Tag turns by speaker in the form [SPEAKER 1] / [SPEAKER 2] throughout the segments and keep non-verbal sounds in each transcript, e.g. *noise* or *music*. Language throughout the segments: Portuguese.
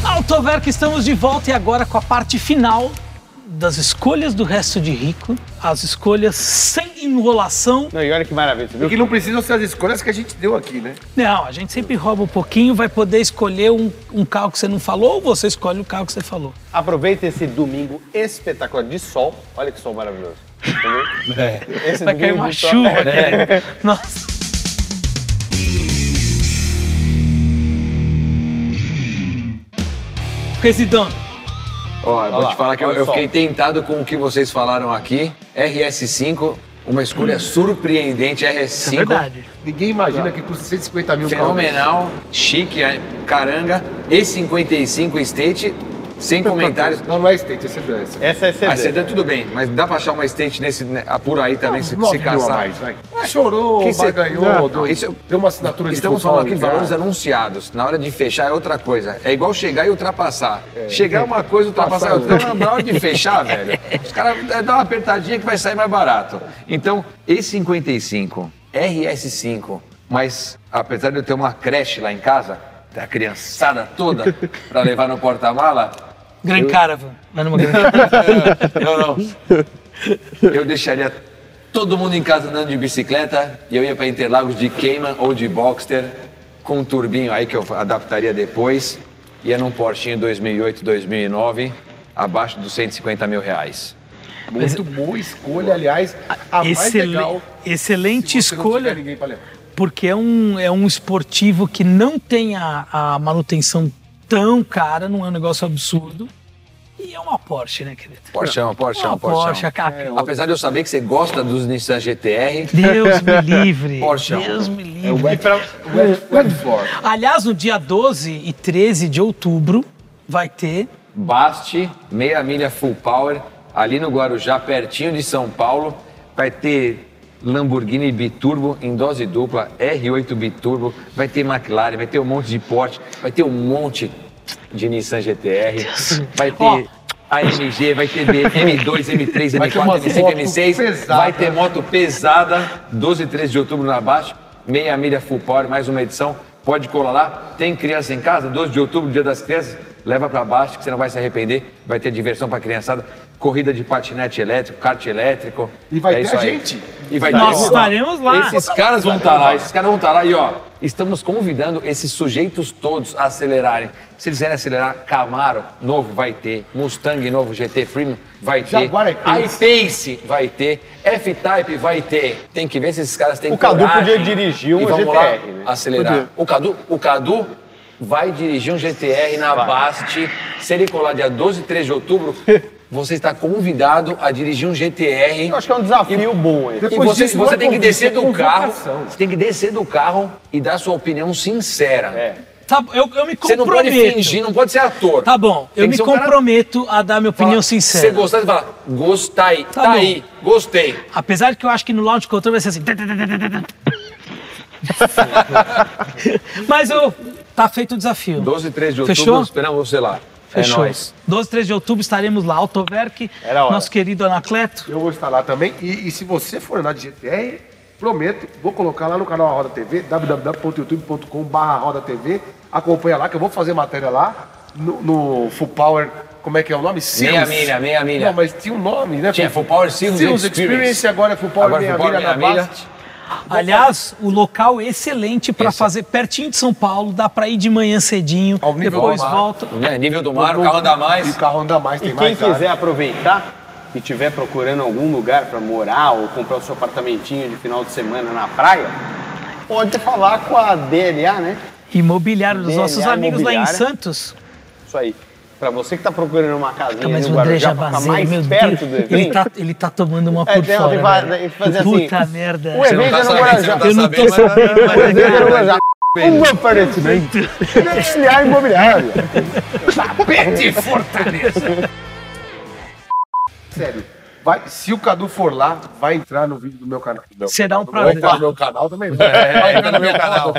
[SPEAKER 1] Pronto, Alverca, estamos de volta e agora com a parte final das escolhas do resto de rico, as escolhas sem enrolação.
[SPEAKER 2] Não, e olha que maravilha, você viu?
[SPEAKER 3] Porque não precisam ser as escolhas que a gente deu aqui, né?
[SPEAKER 1] Não, a gente sempre rouba um pouquinho, vai poder escolher um, um carro que você não falou ou você escolhe o carro que você falou.
[SPEAKER 2] Aproveita esse domingo espetacular de sol. Olha que sol maravilhoso. Entendeu?
[SPEAKER 3] É.
[SPEAKER 2] Esse
[SPEAKER 1] Vai cair
[SPEAKER 2] domingo
[SPEAKER 1] uma
[SPEAKER 2] de sol-
[SPEAKER 1] chuva, né? Nossa. Presidão,
[SPEAKER 4] Ó, eu
[SPEAKER 2] Olha
[SPEAKER 4] vou
[SPEAKER 2] lá,
[SPEAKER 4] te falar que eu,
[SPEAKER 2] olha
[SPEAKER 4] eu
[SPEAKER 2] só.
[SPEAKER 4] fiquei tentado com o que vocês falaram aqui. RS5, uma escolha surpreendente.
[SPEAKER 1] é
[SPEAKER 4] RS5,
[SPEAKER 1] verdade.
[SPEAKER 3] Ninguém imagina que custa 150 mil carros.
[SPEAKER 4] fenomenal, chique, é, caranga. E55 State, sem comentários.
[SPEAKER 3] Não, não é state, é sedance.
[SPEAKER 2] Essa é
[SPEAKER 4] A
[SPEAKER 2] CD.
[SPEAKER 4] sedã tudo bem, mas dá pra achar uma State nesse, né, por aí também, se, se
[SPEAKER 3] Nove mil a
[SPEAKER 4] caçar.
[SPEAKER 3] mais, vai. Ah, Chorou,
[SPEAKER 4] Quem
[SPEAKER 3] vai,
[SPEAKER 4] cê-
[SPEAKER 3] ganhou,
[SPEAKER 4] Não,
[SPEAKER 3] deu,
[SPEAKER 4] isso-
[SPEAKER 3] deu uma assinatura
[SPEAKER 4] Estamos
[SPEAKER 3] de São Paulo
[SPEAKER 4] falando aqui de
[SPEAKER 3] cara.
[SPEAKER 4] valores anunciados. Na hora de fechar é outra coisa. É igual chegar e ultrapassar. chegar é uma coisa, ultrapassar é outra. Então, na hora de fechar, velho, os caras é, dá uma apertadinha que vai sair mais barato. Então, E55, RS5, mas apesar de eu ter uma creche lá em casa, da criançada toda, pra levar no porta-mala,
[SPEAKER 1] Gran Caravan, mas
[SPEAKER 3] *laughs*
[SPEAKER 1] numa Gran Caravan.
[SPEAKER 4] eu não. Eu deixaria todo mundo em casa andando de bicicleta e eu ia para Interlagos de Cayman ou de Boxster com um turbinho aí que eu adaptaria depois. Ia num Porschinho 2008, 2009, abaixo dos 150 mil reais.
[SPEAKER 3] Muito boa escolha, aliás, a mais
[SPEAKER 1] Excelen-
[SPEAKER 3] Ah, legal.
[SPEAKER 1] excelente
[SPEAKER 3] se você não tiver
[SPEAKER 1] escolha.
[SPEAKER 3] ninguém pra levar.
[SPEAKER 1] porque é um, é um esportivo que não tem a, a manutenção tão cara, não é um negócio absurdo. E é uma Porsche, né, querido?
[SPEAKER 4] Porschão,
[SPEAKER 1] É uma
[SPEAKER 4] Porschão,
[SPEAKER 1] Porsche,
[SPEAKER 4] Porschão.
[SPEAKER 1] a cara.
[SPEAKER 4] Apesar de eu saber que você gosta dos Nissan GTR,
[SPEAKER 1] Deus
[SPEAKER 4] *laughs*
[SPEAKER 1] me livre.
[SPEAKER 4] Porsche. um-
[SPEAKER 1] Deus me
[SPEAKER 3] É o
[SPEAKER 1] livre.
[SPEAKER 3] wet, wet, wet floor.
[SPEAKER 1] Aliás, no dia 12 e 13 de outubro vai ter.
[SPEAKER 4] Basti, meia milha full power, ali no Guarujá, pertinho de São Paulo. Vai ter Lamborghini Biturbo em dose dupla, R8 Biturbo, vai ter McLaren, vai ter um monte de Porsche, vai ter um monte de Nissan GTR, vai ter
[SPEAKER 1] Ó.
[SPEAKER 4] AMG, vai ter M2, M3,
[SPEAKER 3] Vai ter uma
[SPEAKER 4] M4, M5,
[SPEAKER 3] moto
[SPEAKER 4] M6,
[SPEAKER 3] pesada.
[SPEAKER 4] vai ter moto pesada, 12 e 13 de outubro na Baixa, meia milha full power, mais uma edição. Pode colar lá. Tem criança em casa, 12 de outubro, dia das crianças, leva pra baixo que você não vai se arrepender. Vai ter diversão pra criançada, corrida de patinete elétrico, kart elétrico.
[SPEAKER 3] E vai
[SPEAKER 4] É
[SPEAKER 3] ter
[SPEAKER 4] isso
[SPEAKER 3] a
[SPEAKER 4] aí.
[SPEAKER 3] gente.
[SPEAKER 4] E vai
[SPEAKER 1] Nós
[SPEAKER 4] ter
[SPEAKER 1] estaremos lá.
[SPEAKER 4] Esses caras vão estar lá, esses caras vão estar lá e ó, estamos convidando esses sujeitos todos a acelerarem. Se eles quiserem acelerar, Camaro novo vai ter, Mustang novo GT Freemium vai ter,
[SPEAKER 3] Jaguar é
[SPEAKER 4] iPace vai ter, F-Type vai ter. Tem que ver se esses caras têm
[SPEAKER 2] O Cadu
[SPEAKER 4] coragem.
[SPEAKER 2] podia dirigir um
[SPEAKER 4] e vamos lá
[SPEAKER 2] GTR, né?
[SPEAKER 4] acelerar. O Cadu, o Cadu vai dirigir um GTR na Bast, se ele colar dia 12 e 13
[SPEAKER 2] *laughs*
[SPEAKER 4] de outubro, você está convidado a dirigir um GTR.
[SPEAKER 2] Eu acho que é um desafio bom esse.
[SPEAKER 4] E
[SPEAKER 3] Depois
[SPEAKER 4] você,
[SPEAKER 3] disso,
[SPEAKER 4] você
[SPEAKER 3] não é
[SPEAKER 4] tem que
[SPEAKER 3] convite,
[SPEAKER 4] descer
[SPEAKER 3] é
[SPEAKER 4] do carro.
[SPEAKER 3] convocação.
[SPEAKER 4] Você tem que descer do carro e dar sua opinião sincera.
[SPEAKER 2] É.
[SPEAKER 1] Tá, eu, eu me comprometo.
[SPEAKER 4] Você não pode fingir, não pode ser ator.
[SPEAKER 1] Tá bom,
[SPEAKER 4] Tem
[SPEAKER 1] eu
[SPEAKER 4] que
[SPEAKER 1] me
[SPEAKER 4] ser um cara-
[SPEAKER 1] comprometo a dar minha opinião
[SPEAKER 4] Fala, Se você
[SPEAKER 1] sincera.
[SPEAKER 4] gostar, você fala, gostei, tá,
[SPEAKER 1] bom.
[SPEAKER 4] aí, gostei.
[SPEAKER 1] Apesar de que eu acho que no Lounge Control vai ser assim. *laughs* Mas eu. Tá feito o desafio.
[SPEAKER 4] 12 e 13 de outubro,
[SPEAKER 1] Fechou?
[SPEAKER 4] esperamos você lá.
[SPEAKER 1] Fechou.
[SPEAKER 4] É nóis.
[SPEAKER 1] 12 e 13 de outubro estaremos lá. Autoverk,
[SPEAKER 2] Era hora.
[SPEAKER 1] nosso querido Anacleto.
[SPEAKER 3] Eu vou estar lá também. E, e se você for andar de GTR, prometo, vou colocar lá no canal A Roda TV, www.youtube.com.br Roda TV. Acompanha lá, que eu vou fazer matéria lá no, no Full Power. Como é que é o nome? Cirrus.
[SPEAKER 4] Meia milha, meia milha.
[SPEAKER 3] Não, mas tinha um nome, né?
[SPEAKER 4] Tinha Full Power Cirrus
[SPEAKER 3] Cirrus
[SPEAKER 4] Experience.
[SPEAKER 3] Experience, agora é Full Power
[SPEAKER 4] Agora é
[SPEAKER 3] Meia
[SPEAKER 4] Full Power
[SPEAKER 3] Milha na
[SPEAKER 4] Meia Milha.
[SPEAKER 3] Bast.
[SPEAKER 1] Aliás, o local é excelente para fazer pertinho de São Paulo. Dá para ir de manhã cedinho.
[SPEAKER 3] Ao nível
[SPEAKER 1] Depois
[SPEAKER 3] do mar.
[SPEAKER 1] volta.
[SPEAKER 4] Né, Nível do mar, o carro anda
[SPEAKER 3] E
[SPEAKER 4] mais.
[SPEAKER 3] o carro anda mais, tem
[SPEAKER 2] E quem
[SPEAKER 3] mais né? área.
[SPEAKER 2] quiser aproveitar e tiver procurando algum lugar para morar ou comprar o seu apartamentinho de final de semana na praia, pode falar com a DLA, né?
[SPEAKER 1] Imobiliário dos nossos
[SPEAKER 2] Imobiliário.
[SPEAKER 1] amigos lá em Santos.
[SPEAKER 2] Isso aí. Para você que tá procurando uma
[SPEAKER 1] Tá,
[SPEAKER 2] casinha
[SPEAKER 1] mas
[SPEAKER 2] no
[SPEAKER 1] o André
[SPEAKER 2] Guarujá, pra ficar
[SPEAKER 1] Jabazeiro,
[SPEAKER 2] tá mais
[SPEAKER 1] meu
[SPEAKER 2] perto
[SPEAKER 1] Deus,
[SPEAKER 2] do
[SPEAKER 1] ele
[SPEAKER 2] evento.
[SPEAKER 1] tá, ele tá tomando uma
[SPEAKER 2] É,
[SPEAKER 1] por
[SPEAKER 2] tem- tem que
[SPEAKER 1] fora.
[SPEAKER 2] fa-
[SPEAKER 1] velho.
[SPEAKER 2] tem que fazer assim.
[SPEAKER 1] Puta merda.
[SPEAKER 2] O
[SPEAKER 4] tá
[SPEAKER 2] evento é no Guarujá.
[SPEAKER 1] Eu não tô sabendo,
[SPEAKER 2] O evento é no Guarujá.
[SPEAKER 4] sabendo.
[SPEAKER 2] Um aparecimento. DLA Imobiliário.
[SPEAKER 3] Sério. Vai, se o Cadu for lá, vai entrar no vídeo do meu canal.
[SPEAKER 1] Será um
[SPEAKER 3] Vai entrar no
[SPEAKER 1] prazer.
[SPEAKER 3] meu canal também.
[SPEAKER 4] É,
[SPEAKER 3] Vai entrar no *laughs* meu canal.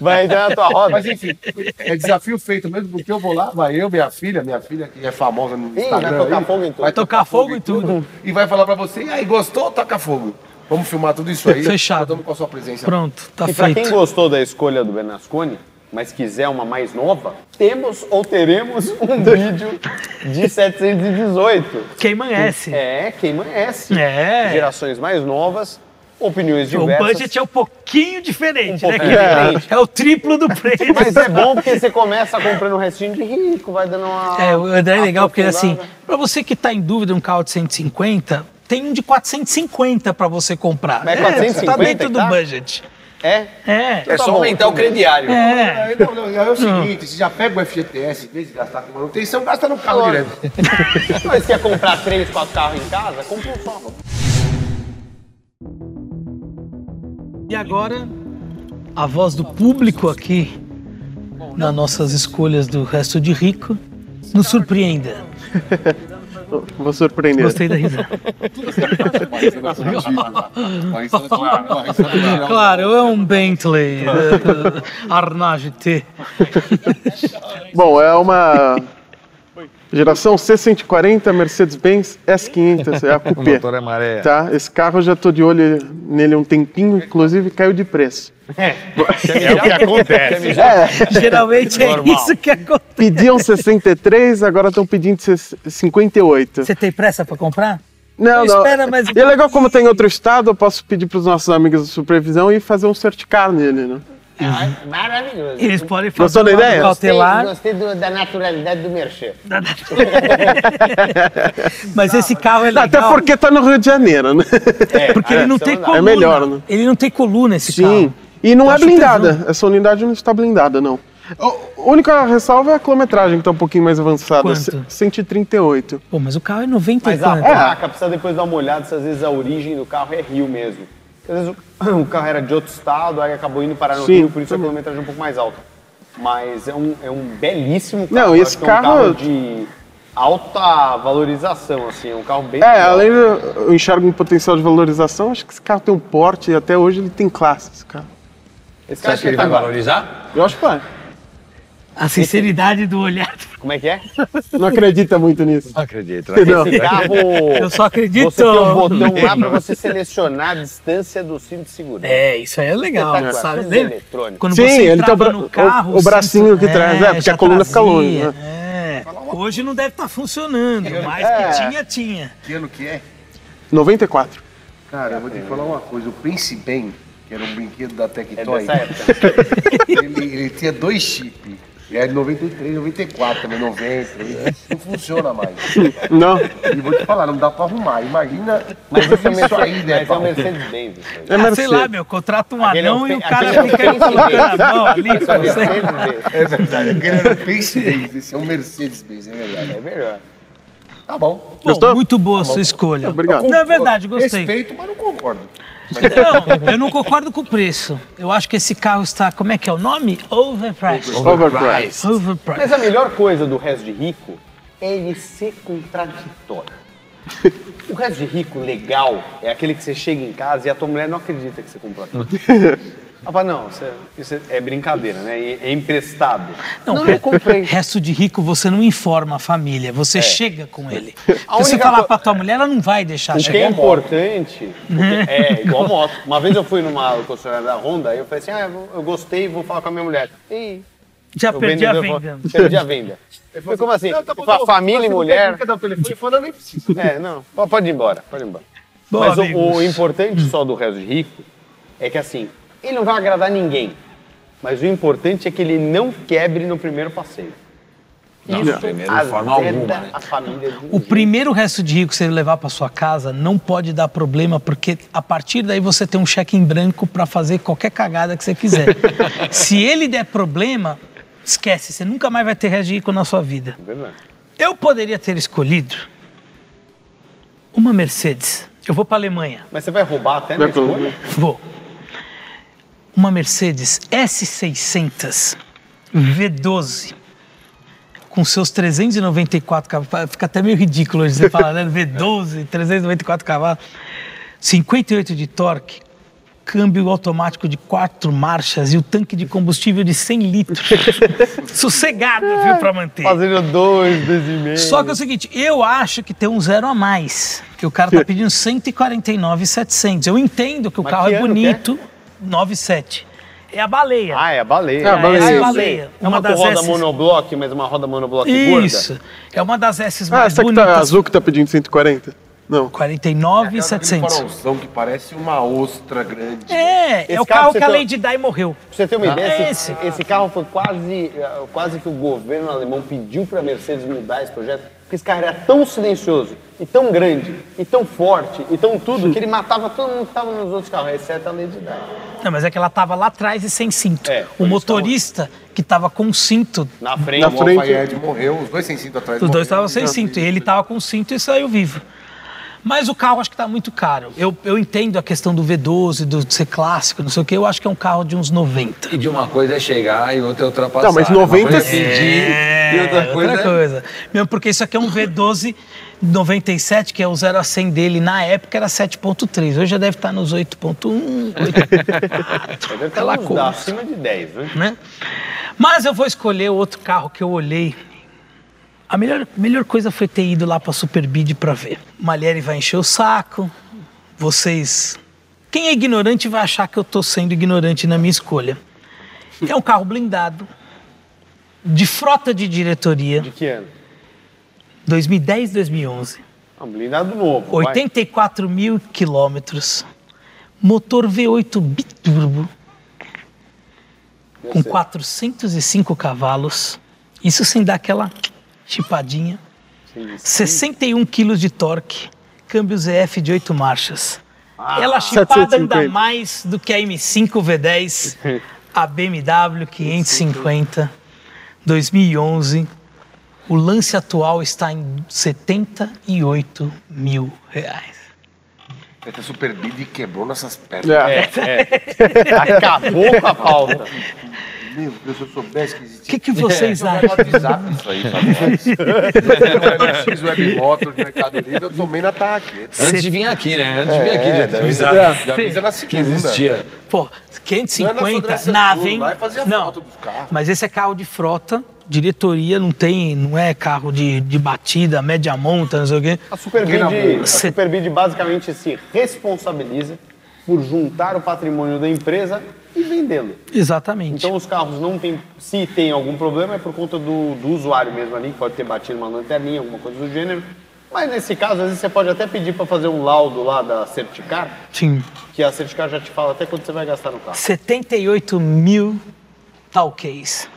[SPEAKER 2] Vai entrar na tua roda.
[SPEAKER 3] Mas enfim, é desafio feito mesmo, porque eu vou lá, vai eu, minha filha, minha filha que é famosa no
[SPEAKER 2] vai
[SPEAKER 3] Instagram.
[SPEAKER 2] tocar
[SPEAKER 3] aí,
[SPEAKER 2] fogo em tudo.
[SPEAKER 3] Vai
[SPEAKER 1] Tocar fogo em tudo.
[SPEAKER 3] E vai falar pra você, e aí, gostou? Toca fogo. Vamos filmar tudo isso aí.
[SPEAKER 1] Fechado.
[SPEAKER 3] Contamos com a sua presença.
[SPEAKER 1] Pronto, tá
[SPEAKER 2] E pra quem
[SPEAKER 1] feito.
[SPEAKER 2] gostou da escolha do Bernasconi, mas quiser uma mais nova, temos ou teremos
[SPEAKER 1] *laughs*
[SPEAKER 2] um vídeo de 718.
[SPEAKER 1] Quem amanhece.
[SPEAKER 2] É, quem amanhece.
[SPEAKER 1] É.
[SPEAKER 2] Gerações mais novas, opiniões
[SPEAKER 1] O
[SPEAKER 2] diversas.
[SPEAKER 1] budget é um pouquinho diferente,
[SPEAKER 2] Um
[SPEAKER 1] né?
[SPEAKER 2] pouquinho
[SPEAKER 1] querido?
[SPEAKER 2] diferente.
[SPEAKER 1] É o triplo do preço.
[SPEAKER 2] *laughs* Mas é bom porque você começa comprando um restinho de rico, vai dando uma.
[SPEAKER 1] É, o André é legal porque assim,
[SPEAKER 2] aprofundada.
[SPEAKER 1] pra você que tá em dúvida um carro de 150, tem um de 450 pra você comprar.
[SPEAKER 2] Mas
[SPEAKER 1] É,
[SPEAKER 2] é 450
[SPEAKER 1] tá dentro
[SPEAKER 2] que
[SPEAKER 1] do
[SPEAKER 2] tá?
[SPEAKER 1] budget.
[SPEAKER 2] É?
[SPEAKER 1] É.
[SPEAKER 4] É
[SPEAKER 2] Tá
[SPEAKER 4] só
[SPEAKER 2] bom,
[SPEAKER 4] aumentar o
[SPEAKER 2] tudo bem.
[SPEAKER 4] crediário.
[SPEAKER 1] É.
[SPEAKER 3] Aí, não, não, aí é o seguinte, você já pega o FGTS, em vez de gastar com manutenção, gasta no carro
[SPEAKER 2] Claro.
[SPEAKER 3] direto.
[SPEAKER 2] Mas quer é comprar três, quatro carros em casa? Compra um só.
[SPEAKER 1] Uhum. E agora, a voz do público aqui, nas nossas escolhas do resto de rico, nos surpreenda.
[SPEAKER 5] Vou surpreender.
[SPEAKER 1] Gostei da risada. Claro, é um Bentley eh, Arnage T.
[SPEAKER 5] Bom, é uma geração C140 Mercedes-Benz
[SPEAKER 1] *laughs*
[SPEAKER 5] S500, é a
[SPEAKER 4] O
[SPEAKER 5] Coupé.
[SPEAKER 4] motor é maré.
[SPEAKER 5] Tá, esse carro eu já tô de olho nele há um tempinho, inclusive caiu de preço.
[SPEAKER 6] É o que acontece.
[SPEAKER 5] É,
[SPEAKER 1] Geralmente é
[SPEAKER 6] Normal.
[SPEAKER 1] isso que acontece.
[SPEAKER 5] pediam 63, agora estão pedindo 58.
[SPEAKER 1] Você tem pressa pra comprar?
[SPEAKER 5] Não, não.
[SPEAKER 1] Espera mais um
[SPEAKER 5] E é legal como tem em outro estado, eu posso pedir para os nossos amigos de supervisão e fazer um certicar nele, né?
[SPEAKER 2] É maravilhoso.
[SPEAKER 1] Eles podem fazer
[SPEAKER 5] Gostou da
[SPEAKER 1] um laudo
[SPEAKER 5] ideia?
[SPEAKER 2] Gostei,
[SPEAKER 1] cautelar.
[SPEAKER 2] gostei do- da naturalidade do merchan.
[SPEAKER 1] Mas esse carro é legal.
[SPEAKER 5] Até porque tá no Rio de Janeiro, né? *laughs*
[SPEAKER 1] Porque
[SPEAKER 2] Ah,
[SPEAKER 1] ele não tem coluna.
[SPEAKER 5] É melhor, né?
[SPEAKER 1] Ele não tem coluna esse
[SPEAKER 5] Sim.
[SPEAKER 1] carro.
[SPEAKER 5] E não
[SPEAKER 1] Eu
[SPEAKER 5] é
[SPEAKER 1] acho
[SPEAKER 5] blindada. Essa unidade não está blindada, não. A única ressalva é a quilometragem, que tá um pouquinho mais avançada.
[SPEAKER 1] Quanto?
[SPEAKER 5] C- 138.
[SPEAKER 1] Pô, mas o carro é
[SPEAKER 2] Mas a
[SPEAKER 1] 94.
[SPEAKER 2] *laughs* placa precisa depois dar uma olhada se às vezes a origem do carro é Rio mesmo. Às vezes o, *clears throat* o carro era de outro estado, aí acabou indo parar no
[SPEAKER 5] Sim, tá
[SPEAKER 2] Rio, por isso a
[SPEAKER 5] também.
[SPEAKER 2] quilometragem é um pouco mais alta. Mas é um, é um belíssimo carro.
[SPEAKER 5] Não,
[SPEAKER 2] eu
[SPEAKER 5] esse
[SPEAKER 2] acho que
[SPEAKER 5] carro-
[SPEAKER 2] É um carro de alta valorização, assim, é um carro bem...
[SPEAKER 5] É,
[SPEAKER 2] legal.
[SPEAKER 5] além de eu enxergo um potencial de valorização, acho que esse carro tem um porte e até hoje ele tem classe, esse carro.
[SPEAKER 2] Esse
[SPEAKER 4] Você
[SPEAKER 2] carro
[SPEAKER 4] acha que ele
[SPEAKER 2] tá
[SPEAKER 4] vai
[SPEAKER 2] agora.
[SPEAKER 4] valorizar?
[SPEAKER 5] Eu acho que vai.
[SPEAKER 1] A sinceridade do olhar.
[SPEAKER 2] Como é que é?
[SPEAKER 5] Não acredita
[SPEAKER 4] *laughs*
[SPEAKER 5] muito nisso.
[SPEAKER 4] Não acredito.
[SPEAKER 5] Não.
[SPEAKER 2] Esse carro...
[SPEAKER 1] Eu só acredito.
[SPEAKER 2] Você tem um botão lá pra você selecionar a distância do cinto de segurança.
[SPEAKER 1] É, isso aí é legal,
[SPEAKER 2] Espetacular.
[SPEAKER 1] sabe?
[SPEAKER 2] Tudo
[SPEAKER 1] Lembra?
[SPEAKER 2] eletrônico.
[SPEAKER 1] Quando
[SPEAKER 5] Sim,
[SPEAKER 1] você
[SPEAKER 5] ele
[SPEAKER 1] entrava
[SPEAKER 5] tem o bra-
[SPEAKER 1] no carro,
[SPEAKER 5] o- o bracinho que
[SPEAKER 1] cinto-
[SPEAKER 5] traz, é, porque a
[SPEAKER 1] já
[SPEAKER 5] coluna fica longe, né?
[SPEAKER 1] É. Hoje não deve estar funcionando,
[SPEAKER 2] É.
[SPEAKER 1] mas que tinha, tinha.
[SPEAKER 3] Que ano que é?
[SPEAKER 5] 94.
[SPEAKER 3] Cara, eu vou te falar uma coisa. O Prince Ben, que era um brinquedo da
[SPEAKER 2] É
[SPEAKER 3] Tectoy,
[SPEAKER 2] dessa época.
[SPEAKER 3] ele, ele tinha dois chips. E era de 93, 94, também 90. né, Não funciona mais.
[SPEAKER 5] Não,
[SPEAKER 3] E vou te falar, não dá pra arrumar. Imagina
[SPEAKER 2] Mas esse é o
[SPEAKER 3] isso aí,
[SPEAKER 2] Mercedes-
[SPEAKER 3] né,
[SPEAKER 2] mas é o
[SPEAKER 3] Paulo?
[SPEAKER 2] Mercedes-Benz. isso aí.
[SPEAKER 5] é
[SPEAKER 1] Ah, sei
[SPEAKER 5] Mercedes.
[SPEAKER 1] lá, meu, contrata um
[SPEAKER 2] Aquele é
[SPEAKER 1] anão
[SPEAKER 2] o
[SPEAKER 1] e o
[SPEAKER 2] pe-
[SPEAKER 1] cara
[SPEAKER 2] aquele é o
[SPEAKER 1] fica
[SPEAKER 2] pe-
[SPEAKER 1] colocando a mão ali,
[SPEAKER 4] Tá
[SPEAKER 1] não sei.
[SPEAKER 2] é um Mercedes-Benz.
[SPEAKER 3] É verdade, aquele era o Prince Benz. Esse é um Mercedes-Benz, é verdade.
[SPEAKER 2] É melhor.
[SPEAKER 3] Tá bom.
[SPEAKER 1] Bom,
[SPEAKER 5] Gostou?
[SPEAKER 1] muito boa a sua escolha.
[SPEAKER 5] Obrigado.
[SPEAKER 1] Não, é verdade, gostei.
[SPEAKER 3] Respeito, mas não concordo.
[SPEAKER 1] Não, eu não concordo com o preço. Eu acho que esse carro está, como é que é o nome? Overpriced.
[SPEAKER 5] Overpriced.
[SPEAKER 1] Overpriced.
[SPEAKER 2] Mas a melhor coisa do resto de rico é ele ser contraditório. O resto de rico legal é aquele que você chega em casa e a tua mulher não acredita que você comprou aquilo. Ela fala, não, isso é, isso é brincadeira, né? E- É emprestado. Não, é não, eu comprei.
[SPEAKER 1] Resto de rico, você não informa a família, você chega com ele.
[SPEAKER 2] É. *laughs* A
[SPEAKER 1] Se você
[SPEAKER 2] única
[SPEAKER 1] falar
[SPEAKER 2] co-
[SPEAKER 1] pra tua mulher, ela não vai deixar
[SPEAKER 2] O que é
[SPEAKER 1] chegar.
[SPEAKER 2] importante é igual moto. Uma vez eu fui numa concessionária da Honda e eu falei assim, ah, eu- eu gostei, vou falar com a minha mulher. E
[SPEAKER 1] Já
[SPEAKER 2] o
[SPEAKER 1] perdi a
[SPEAKER 2] vendedor falou,
[SPEAKER 1] venda.
[SPEAKER 2] Perdi a venda. Eu falei, como assim? Eu falei, família e mulher.
[SPEAKER 3] Não, telefone, fala, nem preciso.
[SPEAKER 2] É, não. po- Pode ir embora, pode ir embora.
[SPEAKER 1] Bom,
[SPEAKER 2] Mas o,
[SPEAKER 1] amigos.
[SPEAKER 2] o importante só do Rezo de Rico é que assim, ele não vai agradar ninguém. Mas o importante é que ele não quebre no primeiro passeio.
[SPEAKER 4] Não,
[SPEAKER 2] Isso
[SPEAKER 4] primeiro, É, de
[SPEAKER 2] azeda
[SPEAKER 4] forma alguma, né?
[SPEAKER 2] a família de um
[SPEAKER 1] O
[SPEAKER 2] jeito.
[SPEAKER 1] primeiro resto de rico que você levar pra sua casa não pode dar problema, porque a partir daí você tem um cheque em branco pra fazer qualquer cagada que você
[SPEAKER 2] *laughs*
[SPEAKER 1] quiser. Se ele der problema, esquece, você nunca mais vai ter resto de rico na sua vida.
[SPEAKER 2] Verdade.
[SPEAKER 1] Eu poderia ter escolhido uma Mercedes. Eu vou pra Alemanha.
[SPEAKER 2] Mas você vai roubar até
[SPEAKER 4] é
[SPEAKER 2] na
[SPEAKER 5] Vai pro-
[SPEAKER 2] escolha?
[SPEAKER 1] Vou. Uma Mercedes S600 V12 com seus 394 cavalos. Fica até meio ridículo hoje você falar, né? V12, 394 cavalos. 58 de torque, câmbio automático de quatro marchas e o tanque de combustível de 100 litros. Sossegado, viu, pra manter.
[SPEAKER 2] Fazendo dois, dois e meio.
[SPEAKER 1] Só que é o seguinte, eu acho que tem um zero a mais. Que o cara tá pedindo 149,700. Eu entendo que o
[SPEAKER 2] Mas
[SPEAKER 1] carro
[SPEAKER 2] que
[SPEAKER 1] é
[SPEAKER 2] ano que é?
[SPEAKER 1] bonito, 97. É a baleia.
[SPEAKER 2] Ah, é a baleia.
[SPEAKER 5] É a baleia.
[SPEAKER 2] eu
[SPEAKER 5] É a
[SPEAKER 1] baleia.
[SPEAKER 2] sei. É uma,
[SPEAKER 1] Uma das
[SPEAKER 2] roda
[SPEAKER 1] S's.
[SPEAKER 2] monobloco, mas uma roda monobloco gorda.
[SPEAKER 1] Isso. É uma das S's
[SPEAKER 5] Ah,
[SPEAKER 1] mais
[SPEAKER 5] essa que tá
[SPEAKER 1] bonitas.
[SPEAKER 5] azul que tá pedindo 140? Não.
[SPEAKER 1] 49
[SPEAKER 3] Aquela daquele
[SPEAKER 1] 700.
[SPEAKER 3] um farolzão que parece uma ostra grande.
[SPEAKER 1] É,
[SPEAKER 2] Esse
[SPEAKER 1] é o
[SPEAKER 2] carro
[SPEAKER 1] carro
[SPEAKER 2] você tá-
[SPEAKER 1] que a
[SPEAKER 2] tem-
[SPEAKER 1] Lady Di morreu.
[SPEAKER 2] Pra você ter uma ideia,
[SPEAKER 1] é
[SPEAKER 2] Ah, esse,
[SPEAKER 1] esse.
[SPEAKER 2] esse carro foi quase, eh, quase que o governo alemão pediu para a Mercedes mudar esse projeto, porque esse carro era tão silencioso, e tão grande, e tão forte, e tão tudo, que ele matava todo mundo que estava nos outros carros, exceto a Lady Di.
[SPEAKER 1] Não, mas é que ela tava lá atrás e sem cinto.
[SPEAKER 2] É, por
[SPEAKER 1] o
[SPEAKER 2] isso
[SPEAKER 1] motorista que tava com cinto,
[SPEAKER 2] Na frente,
[SPEAKER 5] Na
[SPEAKER 3] O
[SPEAKER 5] frente.
[SPEAKER 3] Lafayette morreu, os dois sem cinto atrás.
[SPEAKER 1] os dois
[SPEAKER 3] morreram.
[SPEAKER 1] estavam sem cinto. E ele tava com cinto e saiu vivo. Mas o carro acho que tá muito caro. Eu, eu entendo a questão do V12, do de ser clássico, não sei o quê. Eu acho que é um carro de uns 90.
[SPEAKER 4] E de uma coisa é chegar e outra é ultrapassar.
[SPEAKER 5] Não, mas
[SPEAKER 4] Uma
[SPEAKER 5] 90
[SPEAKER 4] coisa é
[SPEAKER 5] sim.
[SPEAKER 4] pedir e outra coisa é
[SPEAKER 1] Mesmo porque isso aqui é um V12 97, que é o 0 a 100 dele. Na época era 7.3. Hoje já deve estar nos 8.1, 8.4.
[SPEAKER 2] deve estar
[SPEAKER 1] aquela
[SPEAKER 2] uns
[SPEAKER 1] coisa.
[SPEAKER 2] tá acima de 10, né?
[SPEAKER 1] né? Mas eu vou escolher outro carro que eu olhei. A melhor, melhor coisa foi ter ido lá pra Superbid pra ver. Malieri vai encher o saco. Vocês. Quem é ignorante vai achar que eu tô sendo ignorante na minha escolha. É um carro blindado, de frota de diretoria,
[SPEAKER 2] De que ano?
[SPEAKER 1] 2010, 2011.
[SPEAKER 2] Ah, Um blindado novo. vai.
[SPEAKER 1] 84 mil quilômetros, motor V8 biturbo, com 405 cavalos, isso sem dar aquela chipadinha, 61 quilos de torque, câmbio ZF de 8 marchas. Ela chipada ainda
[SPEAKER 5] 750.
[SPEAKER 1] mais do que a M5 V10, a BMW 550, 2011. O lance atual está em 78 mil reais.
[SPEAKER 3] É que a Super Bid quebrou nossas pernas.
[SPEAKER 5] É.
[SPEAKER 2] Acabou com a *laughs* pauta.
[SPEAKER 3] Meu Deus, se eu soubesse que
[SPEAKER 1] O
[SPEAKER 3] existia.
[SPEAKER 1] que, que vocês
[SPEAKER 3] Eu
[SPEAKER 1] acham?
[SPEAKER 3] vou WhatsApp isso aí pra nós. Eu não fiz
[SPEAKER 1] é
[SPEAKER 3] web moto de Mercado Livre, eu tomei na taqueta.
[SPEAKER 4] Antes de vir aqui, né? Antes de vir aqui, já teve
[SPEAKER 3] Já fiz na
[SPEAKER 4] que
[SPEAKER 3] segunda.
[SPEAKER 4] existia.
[SPEAKER 1] Pô,
[SPEAKER 3] Não é na
[SPEAKER 1] 550,
[SPEAKER 3] Sodré
[SPEAKER 1] nave,
[SPEAKER 3] Seguro,
[SPEAKER 1] hein?
[SPEAKER 3] vai fazer a
[SPEAKER 1] não,
[SPEAKER 3] foto dos carros.
[SPEAKER 1] mas esse é carro de frota, diretoria, não tem, não é carro de, de batida, média monta, não sei o quê.
[SPEAKER 2] A Superbid,
[SPEAKER 3] Quem namora?
[SPEAKER 2] a Superbid basicamente se responsabiliza por juntar o patrimônio da empresa e vendê-lo.
[SPEAKER 1] Exatamente.
[SPEAKER 2] Então os carros não tem, se tem algum problema é por conta do, do usuário mesmo ali, que pode ter batido uma lanterninha, alguma coisa do gênero. Mas nesse caso, às vezes você pode até pedir para fazer um laudo lá da Certicar,
[SPEAKER 1] Sim.
[SPEAKER 2] que a Certicar já te fala até quanto você vai gastar no carro.
[SPEAKER 1] 78 mil talquês.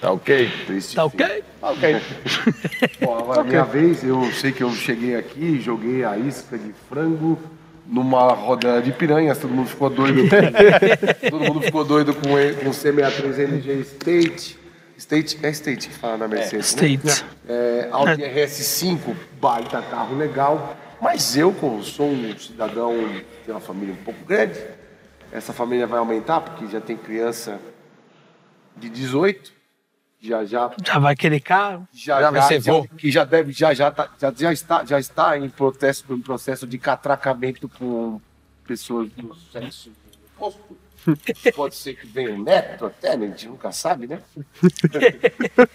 [SPEAKER 4] Tá ok?
[SPEAKER 1] Tá ok?
[SPEAKER 2] Ok.
[SPEAKER 3] Ó, agora, minha vez, eu sei que eu cheguei aqui, joguei a isca de frango numa rodela de piranhas, todo mundo
[SPEAKER 1] *laughs*
[SPEAKER 3] ficou doido. todo mundo ficou doido com, e- com C63 NG State. State, é State que fala na Mercedes, né?
[SPEAKER 1] States.
[SPEAKER 3] É, Audi RS5, baita carro legal. Mas eu, como sou um cidadão que tem uma família um pouco grande, essa família vai aumentar, porque já tem criança de 18, já já
[SPEAKER 1] Já vai querer carro.
[SPEAKER 3] já,
[SPEAKER 4] Já
[SPEAKER 3] já,
[SPEAKER 4] vai ser
[SPEAKER 3] já-
[SPEAKER 4] voo.
[SPEAKER 3] que já deve já já tá- já, já está já está em processo em processo de catracamento com pessoas do sexo oposto. Pode ser que venha um neto até, né? a gente nunca sabe, né?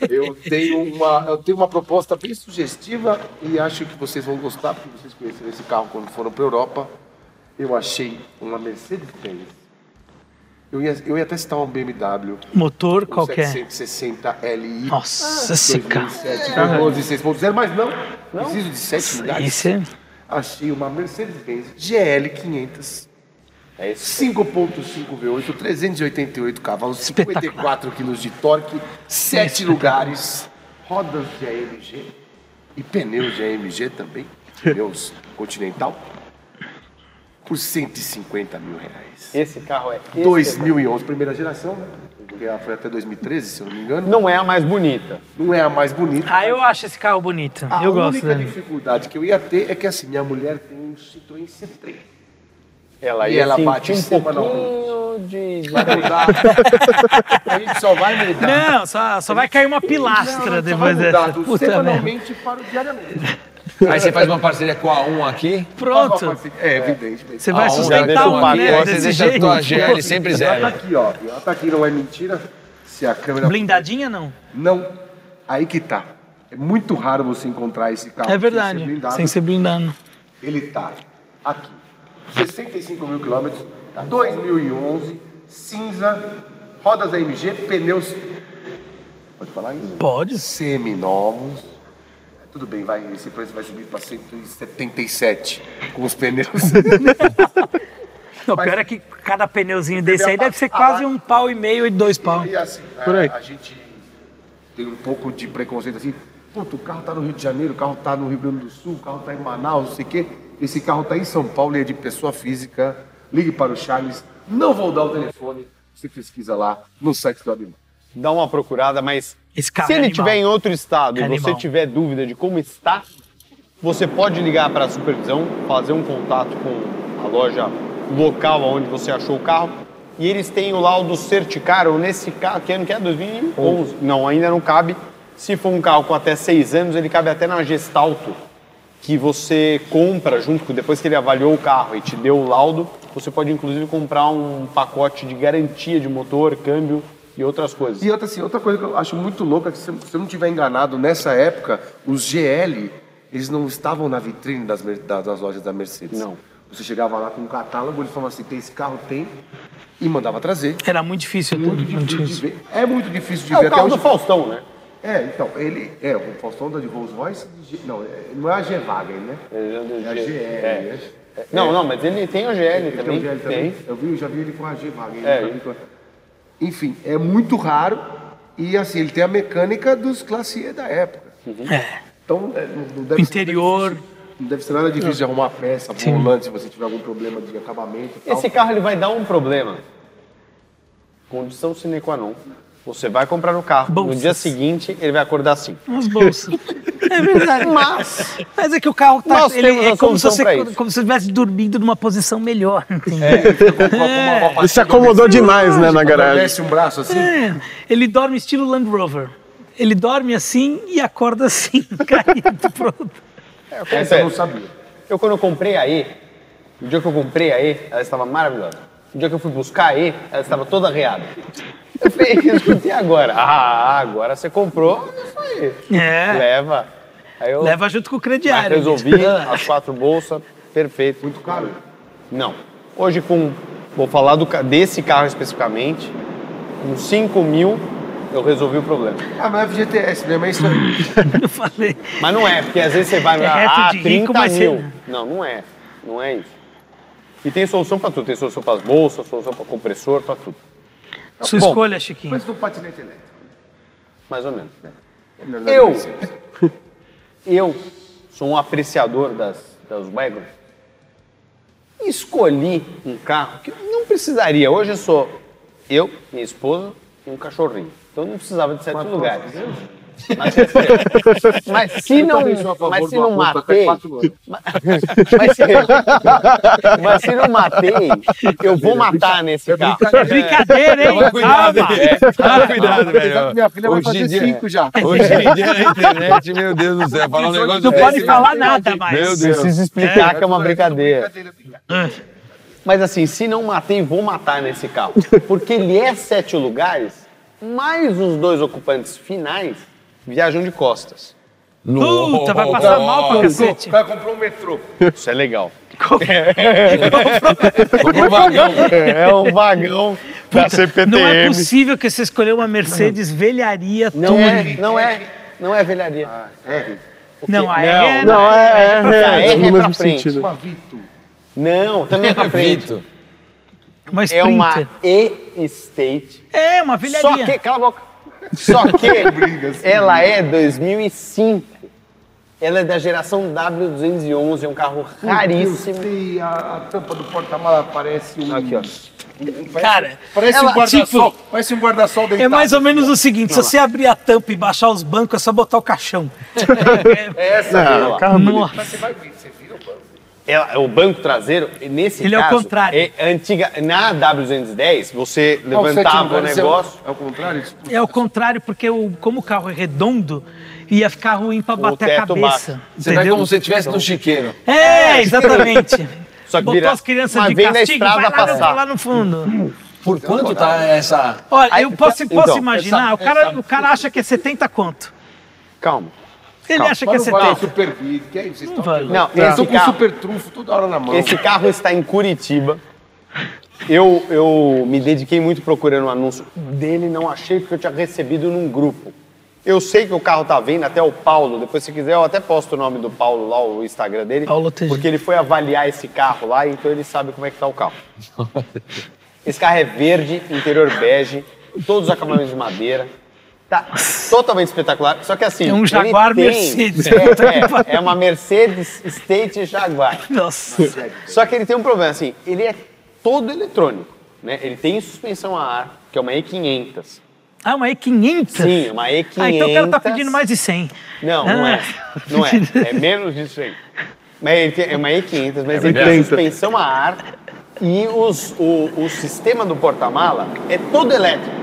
[SPEAKER 3] eu tenho uma eu tenho uma proposta bem sugestiva e acho que vocês vão gostar porque vocês conheceram esse carro quando foram para Europa. Eu achei uma Mercedes-Benz. Eu ia, eu ia até citar um BMW,
[SPEAKER 1] Motor
[SPEAKER 3] um
[SPEAKER 1] qualquer.
[SPEAKER 3] 760 LI. Ah.
[SPEAKER 1] Nossa, esse carro.
[SPEAKER 3] 2007, foi 12, 6.0, mas não, preciso de 7 lugares.
[SPEAKER 1] Isso é
[SPEAKER 3] Achei uma Mercedes-Benz GL 500. É 5.5 V8, 388 cavalos,
[SPEAKER 1] Espetacular.
[SPEAKER 3] 54 kg de torque, 7 lugares, rodas de AMG e pneus de AMG
[SPEAKER 1] *laughs*
[SPEAKER 3] também, pneus Continental, por 150 mil
[SPEAKER 2] *laughs*
[SPEAKER 3] reais.
[SPEAKER 2] Esse carro é. esse-
[SPEAKER 3] 2011, primeira geração, né? Porque ela foi até 2013, se eu não me engano.
[SPEAKER 2] Não é a mais bonita.
[SPEAKER 3] Não é a mais bonita.
[SPEAKER 1] Ah, eu acho esse carro bonito.
[SPEAKER 3] A
[SPEAKER 1] eu gosto né?
[SPEAKER 3] única
[SPEAKER 1] dele.
[SPEAKER 3] dificuldade Ah, que é eu ia ter é que assim, minha mulher tem um Citroën C3.
[SPEAKER 1] *laughs*
[SPEAKER 2] Ela
[SPEAKER 3] E
[SPEAKER 2] ia
[SPEAKER 3] ela
[SPEAKER 2] sentir
[SPEAKER 3] bate em
[SPEAKER 2] um
[SPEAKER 3] cima, não.
[SPEAKER 2] pouquinho de.
[SPEAKER 3] Vai mudar. a gente só vai mudar.
[SPEAKER 1] Não, só, só vai cair uma
[SPEAKER 3] Não,
[SPEAKER 1] pilastra
[SPEAKER 3] só
[SPEAKER 1] depois
[SPEAKER 3] vai mudar
[SPEAKER 1] dessa.
[SPEAKER 3] do
[SPEAKER 1] Puta né? merda.
[SPEAKER 3] semanalmente para o diariamente.
[SPEAKER 4] Aí você faz uma parceria com a 1 aqui.
[SPEAKER 1] Pronto.
[SPEAKER 3] É, evidentemente.
[SPEAKER 1] Você vai
[SPEAKER 4] a 1
[SPEAKER 1] sustentar
[SPEAKER 4] deixa
[SPEAKER 1] o
[SPEAKER 4] pacote,
[SPEAKER 1] né,
[SPEAKER 4] Você
[SPEAKER 1] desse
[SPEAKER 4] deixa a tua
[SPEAKER 1] jeito.
[SPEAKER 4] GL sempre
[SPEAKER 3] Ela tá
[SPEAKER 4] zero.
[SPEAKER 3] aqui, ó. Ela tá aqui, não é mentira. Se a câmera.
[SPEAKER 1] *laughs* Blindadinha não?
[SPEAKER 3] Não. Aí que tá. É muito raro você encontrar esse carro.
[SPEAKER 1] É
[SPEAKER 3] Sem ser
[SPEAKER 1] verdade.
[SPEAKER 3] blindado.
[SPEAKER 1] Sem ser blindado.
[SPEAKER 3] Ele tá aqui. 65 mil quilômetros, 2011, cinza, rodas AMG, pneus. Pode falar isso?
[SPEAKER 1] Pode.
[SPEAKER 3] Seminovos. É, Tudo bem, vai, esse preço vai subir para 177 com os
[SPEAKER 5] *laughs*
[SPEAKER 3] pneus.
[SPEAKER 1] Não, pior é que cada pneuzinho desse
[SPEAKER 3] Teve
[SPEAKER 1] aí
[SPEAKER 3] a
[SPEAKER 1] deve ser
[SPEAKER 3] parte-
[SPEAKER 1] quase um pau e meio e dois pau.
[SPEAKER 3] E assim, a-
[SPEAKER 5] Por aí.
[SPEAKER 3] A, gente tem um pouco de preconceito assim, puto, o carro tá no Rio de Janeiro, o carro tá no Rio Grande do Sul, o carro tá em Manaus, não sei o quê. Esse carro tá em São Paulo e é de pessoa física. Ligue para o Charles, não vou dar o telefone, você pesquisa lá no site do Animal.
[SPEAKER 2] Dá uma procurada, mas
[SPEAKER 1] Esse carro
[SPEAKER 2] se
[SPEAKER 1] é
[SPEAKER 2] ele
[SPEAKER 1] animal.
[SPEAKER 2] estiver em outro estado
[SPEAKER 1] É
[SPEAKER 2] e você
[SPEAKER 1] animal.
[SPEAKER 2] tiver dúvida de como está, você pode ligar para a supervisão, fazer um contato com a loja local onde você achou o carro e eles têm o laudo Certicar, ou nesse carro, que ano que é? 2011? Não, ainda não cabe. Se for um carro com até seis anos, ele cabe até na Gestalto, que você compra junto com, depois que ele avaliou o carro e te deu o laudo, você pode inclusive comprar um pacote de garantia de motor, câmbio e outras coisas.
[SPEAKER 3] E outra, assim, outra coisa que eu acho muito louca, é que se eu se eu não tiver enganado, nessa época, os GL, eles não estavam na vitrine das, mer- da- das lojas da Mercedes.
[SPEAKER 2] Não.
[SPEAKER 3] Você chegava lá com um catálogo, eles falavam assim, tem esse carro, tem, e mandava trazer.
[SPEAKER 1] Era muito difícil.
[SPEAKER 3] É Muito
[SPEAKER 1] tudo, muito
[SPEAKER 3] difícil de
[SPEAKER 1] difícil.
[SPEAKER 3] ver. É muito difícil de
[SPEAKER 2] É
[SPEAKER 3] ver.
[SPEAKER 2] o carro
[SPEAKER 3] até
[SPEAKER 2] do
[SPEAKER 3] hoje.
[SPEAKER 2] Faustão, né?
[SPEAKER 3] É, então, ele é o Faustão da de Rolls Royce. de G- Não, é- não é a G-Wagen, né? É a GL. né?
[SPEAKER 2] Não, não, mas ele tem o GL
[SPEAKER 3] Ele
[SPEAKER 2] também.
[SPEAKER 3] tem o GL
[SPEAKER 2] tem.
[SPEAKER 3] Eu vi, eu já vi ele com a G-Wagen.
[SPEAKER 2] É.
[SPEAKER 3] já vi com a- Enfim, é muito raro e assim, ele tem a mecânica dos classe E da época.
[SPEAKER 1] É.
[SPEAKER 3] Então, é, não, não deve
[SPEAKER 1] O interior.
[SPEAKER 3] Ser, não deve ser- não deve ser nada difícil de arrumar peça, volante, se você tiver algum problema de acabamento e tal.
[SPEAKER 2] Esse carro ele vai dar um problema. Condição sine qua non. Você vai comprar o carro.
[SPEAKER 1] Bolsas.
[SPEAKER 2] No dia seguinte, ele vai acordar assim.
[SPEAKER 1] Umas bolsas. *laughs* É verdade.
[SPEAKER 2] Mas,
[SPEAKER 1] Mas é que o carro tá.
[SPEAKER 2] Nós
[SPEAKER 1] Ele
[SPEAKER 2] temos
[SPEAKER 1] é
[SPEAKER 2] a
[SPEAKER 1] como se,
[SPEAKER 2] solução pra
[SPEAKER 1] você,
[SPEAKER 2] isso.
[SPEAKER 1] como se você tivesse dormindo numa posição melhor. entendeu?
[SPEAKER 5] Ele se acomodou demais, né,
[SPEAKER 4] é
[SPEAKER 5] na garagem.
[SPEAKER 3] Desce um braço assim.
[SPEAKER 1] É. Ele dorme estilo Land Rover. Ele dorme assim e acorda assim, *laughs* caído, pronto.
[SPEAKER 3] Essa É eu não sabia.
[SPEAKER 2] eu quando eu comprei a E, o dia que eu comprei a E, ela estava maravilhosa. O dia que eu fui buscar a E, ela estava toda arreada. Eu falei, "E agora? Ah, agora você comprou, é isso aí.
[SPEAKER 1] É. Ah.
[SPEAKER 2] Leva. Aí eu
[SPEAKER 1] Leva junto com o
[SPEAKER 2] mas
[SPEAKER 1] crediário. *laughs*
[SPEAKER 2] resolvi as quatro bolsas, perfeito.
[SPEAKER 3] Muito caro.
[SPEAKER 2] Não. Hoje com. Vou falar do ca- desse carro especificamente. Com 5 mil eu resolvi o problema.
[SPEAKER 3] Ah, mas é FGTS mesmo, é isso aí.
[SPEAKER 1] *laughs* Eu falei.
[SPEAKER 2] Mas não é, porque às vezes você vai
[SPEAKER 1] É
[SPEAKER 2] lá,
[SPEAKER 1] resto
[SPEAKER 2] ah,
[SPEAKER 1] de
[SPEAKER 2] 30
[SPEAKER 1] rico, mas
[SPEAKER 2] mil.
[SPEAKER 1] você-
[SPEAKER 2] Não, não é. Não é isso. E tem solução pra tudo. Tem solução para as bolsas, solução para compressor, pra tudo.
[SPEAKER 1] Sua
[SPEAKER 2] Bom,
[SPEAKER 1] escolha, Chiquinho.
[SPEAKER 3] Mas do patinete elétrico.
[SPEAKER 2] Mais ou menos.
[SPEAKER 3] na verdade,
[SPEAKER 2] Eu,
[SPEAKER 3] é isso.
[SPEAKER 2] *laughs* eu sou um apreciador das, das wagons. Escolhi um carro que eu não precisaria. Hoje eu sou eu, minha esposa e um cachorrinho. Então eu não precisava de certos lugares. Mas,
[SPEAKER 3] *laughs*
[SPEAKER 2] mas se não,
[SPEAKER 3] também sou Então a é favor
[SPEAKER 2] mas se
[SPEAKER 3] do
[SPEAKER 2] não
[SPEAKER 3] aborto
[SPEAKER 2] matei,
[SPEAKER 3] até quatro anos.
[SPEAKER 2] mas, mas se, mas se *laughs* não matei, eu vou matar nesse carro.
[SPEAKER 1] É brincadeira, hein? Calma.
[SPEAKER 4] Toma cuidado,
[SPEAKER 3] Apesar que minha filha vai
[SPEAKER 4] Hoje em
[SPEAKER 3] fazer
[SPEAKER 4] dia-
[SPEAKER 1] é
[SPEAKER 3] cinco já.
[SPEAKER 4] Hoje em dia na internet, meu Deus do céu, falar um negócio
[SPEAKER 1] Não
[SPEAKER 4] desse,
[SPEAKER 1] pode falar
[SPEAKER 4] meu
[SPEAKER 1] nada mais.
[SPEAKER 4] Deus.
[SPEAKER 2] Preciso explicar que é uma brincadeira.
[SPEAKER 3] brincadeira.
[SPEAKER 2] Ah. Mas assim, se não matei, vou matar nesse carro. Porque ele é sete lugares, mais os dois ocupantes finais viajam de costas.
[SPEAKER 4] né?
[SPEAKER 1] Puta, vai passar mal pra cacete.
[SPEAKER 3] O cara comprou um metrô.
[SPEAKER 2] Isso é legal.
[SPEAKER 4] Comprou um vagão.
[SPEAKER 2] É um vagão.
[SPEAKER 6] Da CPTM.
[SPEAKER 1] Não é possível que você escolheu uma Mercedes velharia
[SPEAKER 2] Não é,
[SPEAKER 1] Touring.
[SPEAKER 2] não é, não é velharia.
[SPEAKER 3] É,
[SPEAKER 1] Não, a é,
[SPEAKER 5] Não, é, é,
[SPEAKER 2] pra
[SPEAKER 5] é,
[SPEAKER 2] frente.
[SPEAKER 5] no
[SPEAKER 2] Ah, É pra
[SPEAKER 5] mesmo
[SPEAKER 2] frente.
[SPEAKER 5] sentido.
[SPEAKER 3] uma Vito.
[SPEAKER 2] Não, também é pra frente.
[SPEAKER 4] Vito,
[SPEAKER 1] uma
[SPEAKER 2] É uma
[SPEAKER 1] Sprinter.
[SPEAKER 2] E-State.
[SPEAKER 1] É uma
[SPEAKER 2] Só
[SPEAKER 1] velharia.
[SPEAKER 2] que, cala a boca. Só que ela é 2005. Ela é da geração W211, é um carro raríssimo.
[SPEAKER 3] E a, a tampa do porta-mala parece um...
[SPEAKER 2] Aqui, ó.
[SPEAKER 1] Cara,
[SPEAKER 3] Parece
[SPEAKER 1] ela,
[SPEAKER 3] um guarda-sol.
[SPEAKER 1] tipo,
[SPEAKER 3] Parece um guarda-sol dentro.
[SPEAKER 2] tá.
[SPEAKER 1] é mais ou menos o seguinte, se você abrir a tampa e baixar os bancos, é só botar o caixão.
[SPEAKER 2] É essa aqui, ó.
[SPEAKER 1] Nossa.
[SPEAKER 2] Ela- o banco traseiro, e nesse
[SPEAKER 1] Ele é o
[SPEAKER 2] caso,
[SPEAKER 1] contrário.
[SPEAKER 2] é antiga, na W210, você
[SPEAKER 3] Não,
[SPEAKER 2] levantava
[SPEAKER 3] sétimo,
[SPEAKER 2] o
[SPEAKER 3] parece-
[SPEAKER 2] negócio.
[SPEAKER 3] É o contrário? isso?
[SPEAKER 1] É o contrário, porque o, como o carro é redondo, ia ficar ruim pra bater a
[SPEAKER 2] teto
[SPEAKER 1] cabeça.
[SPEAKER 4] você vai
[SPEAKER 1] entendeu?
[SPEAKER 4] como se estivesse no chiqueiro.
[SPEAKER 1] É, exatamente.
[SPEAKER 2] *laughs* Só que
[SPEAKER 1] Botou
[SPEAKER 2] vira-
[SPEAKER 1] as crianças
[SPEAKER 2] mas
[SPEAKER 1] de
[SPEAKER 2] vem na
[SPEAKER 1] castigo, vai
[SPEAKER 2] estrada
[SPEAKER 1] lá, no-
[SPEAKER 2] passar.
[SPEAKER 1] vai lá no fundo.
[SPEAKER 4] Por quanto tá essa...
[SPEAKER 1] Olha,
[SPEAKER 2] Aí,
[SPEAKER 1] eu posso,
[SPEAKER 2] então,
[SPEAKER 1] posso imaginar, o, cara, o cara acha que é 70 conto.
[SPEAKER 2] Calma.
[SPEAKER 1] Ele acha que é
[SPEAKER 3] Mas não vale
[SPEAKER 1] 70.
[SPEAKER 3] super vídeo. Que é isso? Vocês estão
[SPEAKER 1] vale.
[SPEAKER 3] pegando.
[SPEAKER 2] Não,
[SPEAKER 3] Eles
[SPEAKER 2] esse
[SPEAKER 3] estão com
[SPEAKER 2] carro,
[SPEAKER 3] super trunfo toda hora na mão.
[SPEAKER 2] esse carro está em Curitiba. Eu, eu me dediquei muito procurando um anúncio dele, não achei porque eu tinha recebido num grupo. Eu sei que o carro tá vindo, até o Paulo, depois se quiser eu até posto o nome do Paulo lá, o Instagram dele.
[SPEAKER 1] Paulo TG.
[SPEAKER 2] Porque ele foi avaliar esse carro lá, então ele sabe como é que tá
[SPEAKER 1] *laughs*
[SPEAKER 2] o carro. Esse carro é verde, interior bege, todos os acabamentos de madeira. Tá totalmente espetacular. Só que assim.
[SPEAKER 1] É um
[SPEAKER 2] ele
[SPEAKER 1] Jaguar
[SPEAKER 2] tem-
[SPEAKER 1] Mercedes. *laughs*
[SPEAKER 2] *laughs* É, é, é uma Mercedes State Jaguar.
[SPEAKER 1] Nossa.
[SPEAKER 2] Só que ele tem um problema, assim, ele é todo eletrônico, né? Ele tem suspensão a ar, que é uma E500.
[SPEAKER 1] Ah, uma E500?
[SPEAKER 2] Sim, é uma E500.
[SPEAKER 1] Ah, então o cara tá pedindo mais de Ah. 100.
[SPEAKER 2] Não, não é. Não é.
[SPEAKER 1] *laughs*
[SPEAKER 2] É menos disso aí. Mas ele tem, é uma E500, mas ele tem
[SPEAKER 5] 80.
[SPEAKER 2] suspensão a ar e os, o, o sistema do porta-mala é todo elétrico.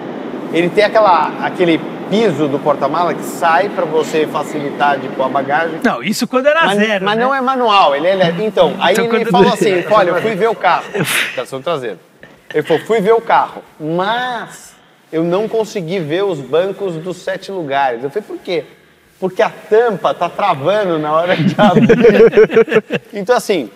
[SPEAKER 2] Ele tem aquela, aquele piso do porta-mala que sai para você facilitar de pôr a bagagem.
[SPEAKER 1] Não, isso quando era
[SPEAKER 2] Mas,
[SPEAKER 1] zero.
[SPEAKER 2] mas
[SPEAKER 1] né?
[SPEAKER 2] não é manual, ele é elétrico. Então, aí
[SPEAKER 1] Então,
[SPEAKER 2] ele
[SPEAKER 1] quando-
[SPEAKER 2] falou assim: olha, eu fui ver o carro. Tração traseira. Ele falou: fui ver o carro, mas eu não consegui ver os bancos dos sete lugares. Eu falei: por quê? Porque a tampa tá travando na hora de abrir. então, assim,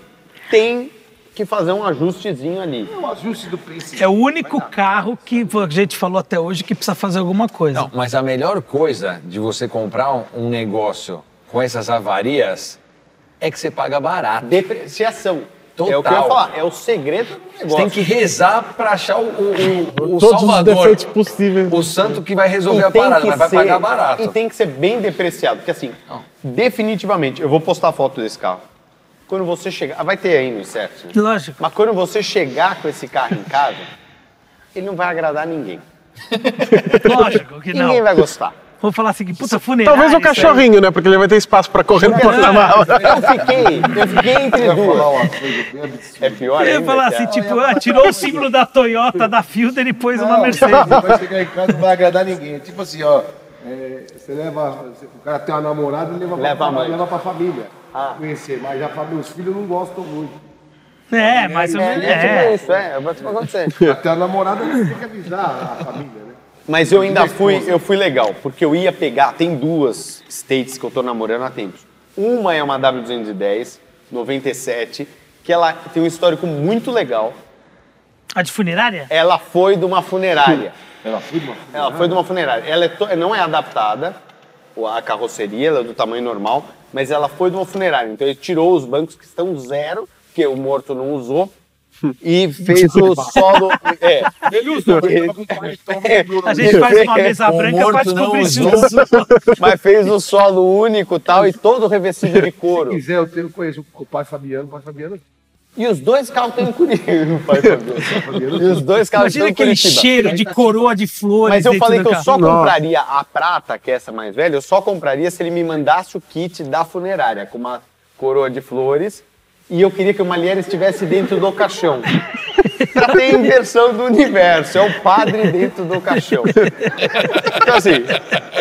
[SPEAKER 2] tem que fazer um ajustezinho ali.
[SPEAKER 3] O ajuste do princípio.
[SPEAKER 1] É o único carro que a gente falou até hoje que precisa fazer alguma coisa.
[SPEAKER 4] Não, mas a melhor coisa de você comprar um, um negócio com essas avarias é que você paga barato.
[SPEAKER 2] Depreciação. É o que eu ia
[SPEAKER 4] Total.
[SPEAKER 2] falar, é o segredo do negócio.
[SPEAKER 4] Você tem que rezar pra achar o,
[SPEAKER 2] *laughs*
[SPEAKER 4] o, o, o
[SPEAKER 5] Todos
[SPEAKER 4] salvador.
[SPEAKER 5] os defeitos possíveis.
[SPEAKER 4] O santo que vai
[SPEAKER 2] E
[SPEAKER 4] resolver a
[SPEAKER 2] tem
[SPEAKER 4] parada,
[SPEAKER 2] que
[SPEAKER 4] mas vai
[SPEAKER 2] ser-
[SPEAKER 4] pagar
[SPEAKER 2] E
[SPEAKER 4] barato.
[SPEAKER 2] tem que ser bem depreciado, porque assim, definitivamente, eu vou postar foto desse carro. Quando você chegar, ah, vai ter aí no Incerto. né?
[SPEAKER 1] Lógico.
[SPEAKER 2] Mas quando você chegar com esse carro em casa, ele não vai agradar ninguém.
[SPEAKER 1] Lógico que não.
[SPEAKER 2] Ninguém vai gostar.
[SPEAKER 1] Vou falar assim, que puta funerária.
[SPEAKER 5] Talvez o
[SPEAKER 1] isso aí.
[SPEAKER 5] cachorrinho, né? Porque ele vai ter espaço pra correr no porta-mala.
[SPEAKER 2] Eu fiquei, eu fiquei entre
[SPEAKER 4] um
[SPEAKER 2] duas.
[SPEAKER 3] Uma coisa bem absurda.
[SPEAKER 2] É pior
[SPEAKER 1] Eu
[SPEAKER 2] ainda.
[SPEAKER 1] ia falar assim,
[SPEAKER 2] cara.
[SPEAKER 1] tipo, ah, tirou o símbolo da Toyota, da Fielder e pôs uma
[SPEAKER 3] Não,
[SPEAKER 1] Mercedes.
[SPEAKER 3] você Vai chegar em casa não vai agradar ninguém. É Tipo assim, ó. é, você leva. você- O cara tem uma namorada ele leva,
[SPEAKER 2] Leva
[SPEAKER 3] pra,
[SPEAKER 2] a mãe.
[SPEAKER 3] leva pra família.
[SPEAKER 2] Ah.
[SPEAKER 3] Conhecer, mas já pra meus filhos não gostam muito.
[SPEAKER 1] É, mais ou
[SPEAKER 2] É,
[SPEAKER 1] menos.
[SPEAKER 2] é,
[SPEAKER 1] É.
[SPEAKER 2] tipo isso, é, vai acontecer.
[SPEAKER 3] Até a namorada ele tem que avisar a família, né?
[SPEAKER 2] Mas eu ainda fui, eu fui legal, porque eu ia pegar, tem duas states que eu tô namorando há tempos. Uma é uma W210, 97, que ela tem um histórico muito legal.
[SPEAKER 1] A de funerária?
[SPEAKER 2] Ela foi de uma funerária.
[SPEAKER 3] Ela foi de uma
[SPEAKER 2] Ela foi de uma funerária. Ela é to- não é adaptada, o- a carroceria, ela é do tamanho normal, mas ela foi de uma funerária. Então ele tirou os bancos que estão zero, porque o morto não usou, e
[SPEAKER 1] *laughs*
[SPEAKER 2] fez o solo. É. Ele usou,
[SPEAKER 1] A gente faz uma
[SPEAKER 2] é
[SPEAKER 1] mesa
[SPEAKER 4] O
[SPEAKER 1] branca pra
[SPEAKER 4] morto
[SPEAKER 1] descobrir
[SPEAKER 4] não
[SPEAKER 1] se
[SPEAKER 4] usou.
[SPEAKER 1] usou.
[SPEAKER 2] *laughs* mas fez o solo único e tal, e todo revestido de
[SPEAKER 3] Se
[SPEAKER 2] couro.
[SPEAKER 3] quiser, eu tenho, conheço o pai Fabiano, o pai Fabiano.
[SPEAKER 2] E os dois carros têm um Curitiba. pai Fabiano. E os dois carros
[SPEAKER 1] Imagina
[SPEAKER 2] têm um
[SPEAKER 1] aquele
[SPEAKER 2] Curitiba.
[SPEAKER 1] cheiro de coroa de flores.
[SPEAKER 2] Mas eu
[SPEAKER 1] dentro
[SPEAKER 2] falei
[SPEAKER 1] do
[SPEAKER 2] que eu
[SPEAKER 1] carro.
[SPEAKER 2] só
[SPEAKER 5] Nossa.
[SPEAKER 2] compraria a prata, que é essa mais velha, eu só compraria se ele me mandasse o kit da funerária, com uma coroa de flores. E eu queria que o Malieri estivesse dentro do caixão. Pra ter a inversão do universo. É o padre dentro do caixão. Então, assim,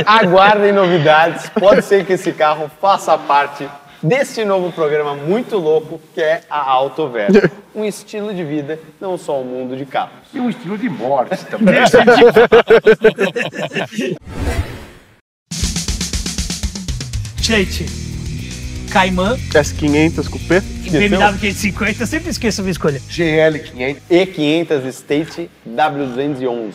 [SPEAKER 2] aguardem novidades. Pode ser que esse carro faça parte desse novo programa muito louco que é a Autoverso. Um estilo de vida, não só um mundo de carros.
[SPEAKER 3] E um estilo de morte também.
[SPEAKER 1] Gente, Cayman
[SPEAKER 5] S500 Coupé.
[SPEAKER 1] e BMW 550, eu sempre esqueço a minha escolha.
[SPEAKER 3] GL500.
[SPEAKER 2] E500 State W211.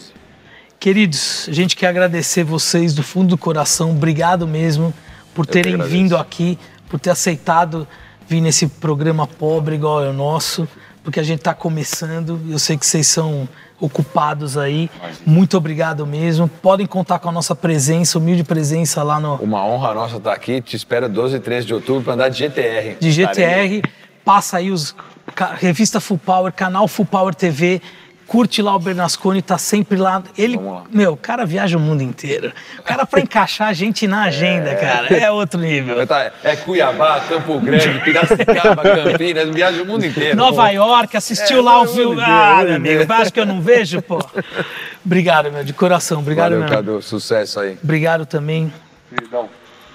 [SPEAKER 1] Queridos, a gente quer agradecer vocês do fundo do coração. Obrigado mesmo por terem vindo aqui, por ter aceitado vir nesse programa pobre igual é o nosso, porque a gente está começando. Eu sei que vocês são ocupados aí. Muito obrigado mesmo. Podem contar com a nossa presença, humilde presença lá no
[SPEAKER 4] Uma honra nossa estar aqui. Te espero 12 e 13 de outubro pra andar de GTR.
[SPEAKER 1] de GTR. Passa aí os ca- revista Full Power, canal Full Power TV. Curte lá o Bernasconi, tá sempre lá. Ele, meu, o cara viaja o mundo inteiro. O cara pra encaixar a gente na agenda, cara, é outro nível.
[SPEAKER 4] Eu tá- É Cuiabá, Campo Grande,
[SPEAKER 2] *laughs*
[SPEAKER 4] Piracicaba, Campinas, viaja o mundo inteiro.
[SPEAKER 1] Nova York, assistiu
[SPEAKER 4] É,
[SPEAKER 1] lá o
[SPEAKER 4] pelo
[SPEAKER 1] filme.
[SPEAKER 4] amor de Deus,
[SPEAKER 1] Ah, meu
[SPEAKER 4] pelo amor de
[SPEAKER 1] amigo,
[SPEAKER 4] Deus.
[SPEAKER 1] acho que eu não vejo,
[SPEAKER 4] *laughs*
[SPEAKER 1] pô. Obrigado, meu, de coração. Obrigado,
[SPEAKER 4] Valeu,
[SPEAKER 1] meu.
[SPEAKER 4] Cadu. Sucesso aí.
[SPEAKER 1] Obrigado também.
[SPEAKER 3] Perdão,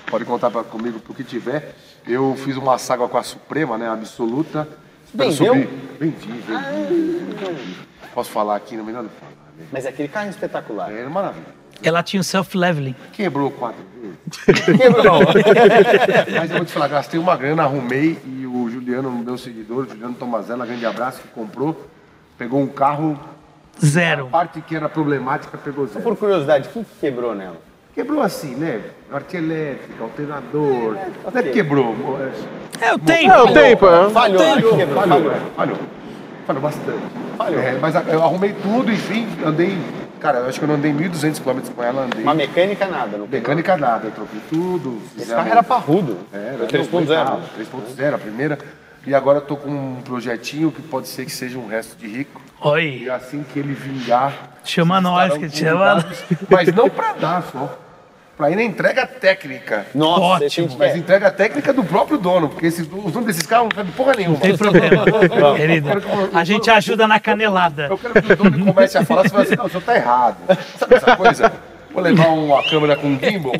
[SPEAKER 3] pode contar pra, comigo pro que tiver. Eu fiz uma saga com a Suprema, né? Absoluta. Espero
[SPEAKER 2] Vendeu?
[SPEAKER 3] subir. Vendi, vendi, vendi. Posso falar aqui, não é melhor não falar. né?
[SPEAKER 2] Mas aquele carro é espetacular.
[SPEAKER 3] É maravilha.
[SPEAKER 1] Ela tinha o self-leveling.
[SPEAKER 3] Quebrou quatro vezes.
[SPEAKER 2] Quebrou.
[SPEAKER 3] *laughs* Mas eu vou te falar, gastei uma grana, arrumei e o Juliano, meu seguidor, Juliano Tomazella, grande abraço, que comprou. Pegou um carro,
[SPEAKER 1] Zero.
[SPEAKER 4] Ah,
[SPEAKER 3] parte que era problemática, pegou zero.
[SPEAKER 2] Por curiosidade, o que que quebrou nela?
[SPEAKER 3] Quebrou assim, né? Arte elétrica, alternador.
[SPEAKER 2] É,
[SPEAKER 3] Até que quebrou. mo- é,
[SPEAKER 1] É o tempo.
[SPEAKER 5] É o tempo, é.
[SPEAKER 2] Falhou,
[SPEAKER 1] Tempo.
[SPEAKER 2] quebrou,
[SPEAKER 3] Falhou,
[SPEAKER 2] falhou.
[SPEAKER 3] é, falhou. Falhou bastante. É, mas a- eu arrumei tudo, enfim, andei. Cara, eu acho que eu não andei 1.200 km com ela, andei.
[SPEAKER 2] Uma mecânica nada, não quebrou.
[SPEAKER 3] Mecânica nada, eu troquei tudo.
[SPEAKER 2] Esse
[SPEAKER 3] fizeram-
[SPEAKER 2] carro era parrudo.
[SPEAKER 3] Era, um
[SPEAKER 2] Foi 3.0.
[SPEAKER 3] 3.0, a primeira. E agora eu tô com um projetinho que pode ser que seja um resto de rico. E
[SPEAKER 1] Oi.
[SPEAKER 3] assim que ele vingar.
[SPEAKER 1] Chama nós,
[SPEAKER 3] estarão
[SPEAKER 1] que
[SPEAKER 4] um
[SPEAKER 1] chama.
[SPEAKER 3] convidados, Mas não pra dar só. Pra ir na entrega técnica.
[SPEAKER 1] Ótimo.
[SPEAKER 2] Nossa, esse a gente
[SPEAKER 3] Mas
[SPEAKER 2] quer.
[SPEAKER 3] entrega técnica do próprio dono, porque esses, os donos desses carros não sabem porra nenhuma.
[SPEAKER 1] Tem problema, querido.
[SPEAKER 3] Eu quero que o-
[SPEAKER 1] A gente ajuda na canelada.
[SPEAKER 3] Eu quero que o dono comece a falar, você vai assim, não, o senhor tá errado. Sabe essa coisa? Vou levar uma câmera com um gimbal,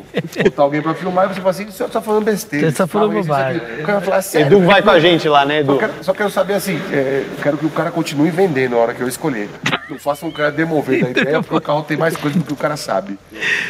[SPEAKER 3] botar alguém pra filmar, e você fala assim, o senhor tá falando besteira. Ah,
[SPEAKER 1] Você tá falando
[SPEAKER 3] Isso, isso, isso.
[SPEAKER 1] bobagem.
[SPEAKER 3] O cara vai falar, sério,
[SPEAKER 2] Edu vai com a gente lá, né,
[SPEAKER 3] Só
[SPEAKER 2] Edu?
[SPEAKER 3] então- quero, só quero saber assim, é, quero que o cara continue vendendo a hora que eu escolher. Não faça um cara demover da ideia, porque o carro tem mais coisa do que o cara sabe.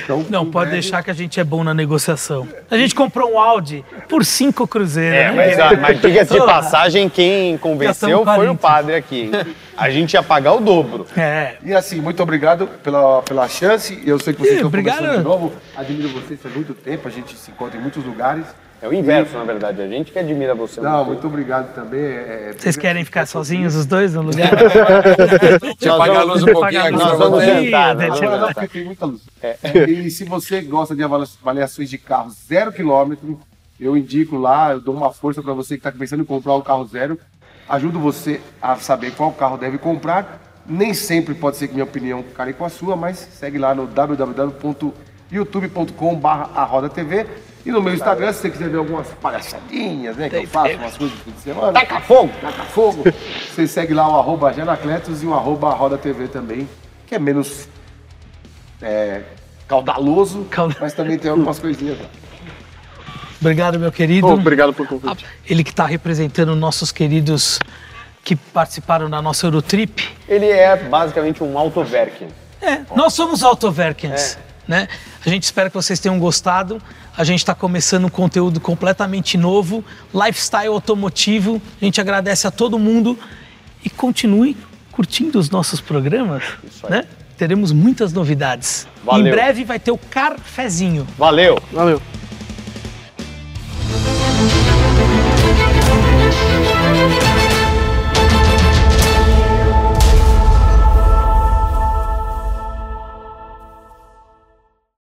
[SPEAKER 3] Então,
[SPEAKER 1] Não,
[SPEAKER 3] o
[SPEAKER 1] pode
[SPEAKER 3] velho-
[SPEAKER 1] deixar que a gente é bom na negociação. A gente comprou um Audi por cinco cruzeiros.
[SPEAKER 2] É,
[SPEAKER 1] né?
[SPEAKER 2] mas, ó, mas diga-se de
[SPEAKER 3] *laughs*
[SPEAKER 1] Porra.
[SPEAKER 2] passagem, quem convenceu
[SPEAKER 1] Gastamos
[SPEAKER 2] foi o
[SPEAKER 1] 40.
[SPEAKER 2] padre aqui. hein? A gente ia pagar o dobro.
[SPEAKER 1] É.
[SPEAKER 3] E assim, muito obrigado pela, pela chance. Eu sei que vocês
[SPEAKER 1] Ih,
[SPEAKER 3] estão
[SPEAKER 1] obrigado.
[SPEAKER 3] conversando de novo. Admiro vocês há muito tempo, a gente se encontra em muitos lugares.
[SPEAKER 2] É o inverso, na verdade. A gente que admira você.
[SPEAKER 3] Não, muito obrigado também. é-
[SPEAKER 1] Vocês querem ficar sozinhos os dois no lugar?
[SPEAKER 4] Deixa eu apagar a luz um pouquinho
[SPEAKER 1] Apagar a
[SPEAKER 4] aqui.
[SPEAKER 1] luz
[SPEAKER 4] pra
[SPEAKER 1] um pouquinho.
[SPEAKER 4] você.
[SPEAKER 2] jantar, né?
[SPEAKER 1] deixa-
[SPEAKER 3] Agora não, porque tem muita luz. É, E se você gosta de avalia- avaliações de carro zero quilômetro, eu indico lá, eu dou uma força para você que está pensando em comprar um carro zero. Ajudo você a saber qual carro deve comprar. Nem sempre pode ser que minha opinião care com a sua, mas segue lá no www.youtube.com.br a Roda TV. E no meu Instagram, se você quiser ver algumas palhaçadinhas, né, que eu faço, umas coisas do fim de semana.
[SPEAKER 2] Taca fogo!
[SPEAKER 3] Taca fogo. Você segue lá o arroba Janacletos e o arroba Roda TV também, que é menos é, caudaloso,
[SPEAKER 1] Cauda-
[SPEAKER 3] mas também tem algumas coisinhas né? lá.
[SPEAKER 1] Obrigado, meu querido.
[SPEAKER 5] Pô, obrigado por convite.
[SPEAKER 1] Ele que está representando nossos queridos que participaram da nossa Eurotrip.
[SPEAKER 2] Ele é basicamente um autoverk.
[SPEAKER 1] É, nós somos Autoverkens, né? A gente espera que vocês tenham gostado. A gente está começando um conteúdo completamente novo, lifestyle automotivo. A gente agradece a todo mundo e continue curtindo os nossos programas, né? Teremos muitas novidades.
[SPEAKER 2] Valeu.
[SPEAKER 1] Em breve vai ter o Carfezinho.
[SPEAKER 2] Valeu!
[SPEAKER 5] Valeu.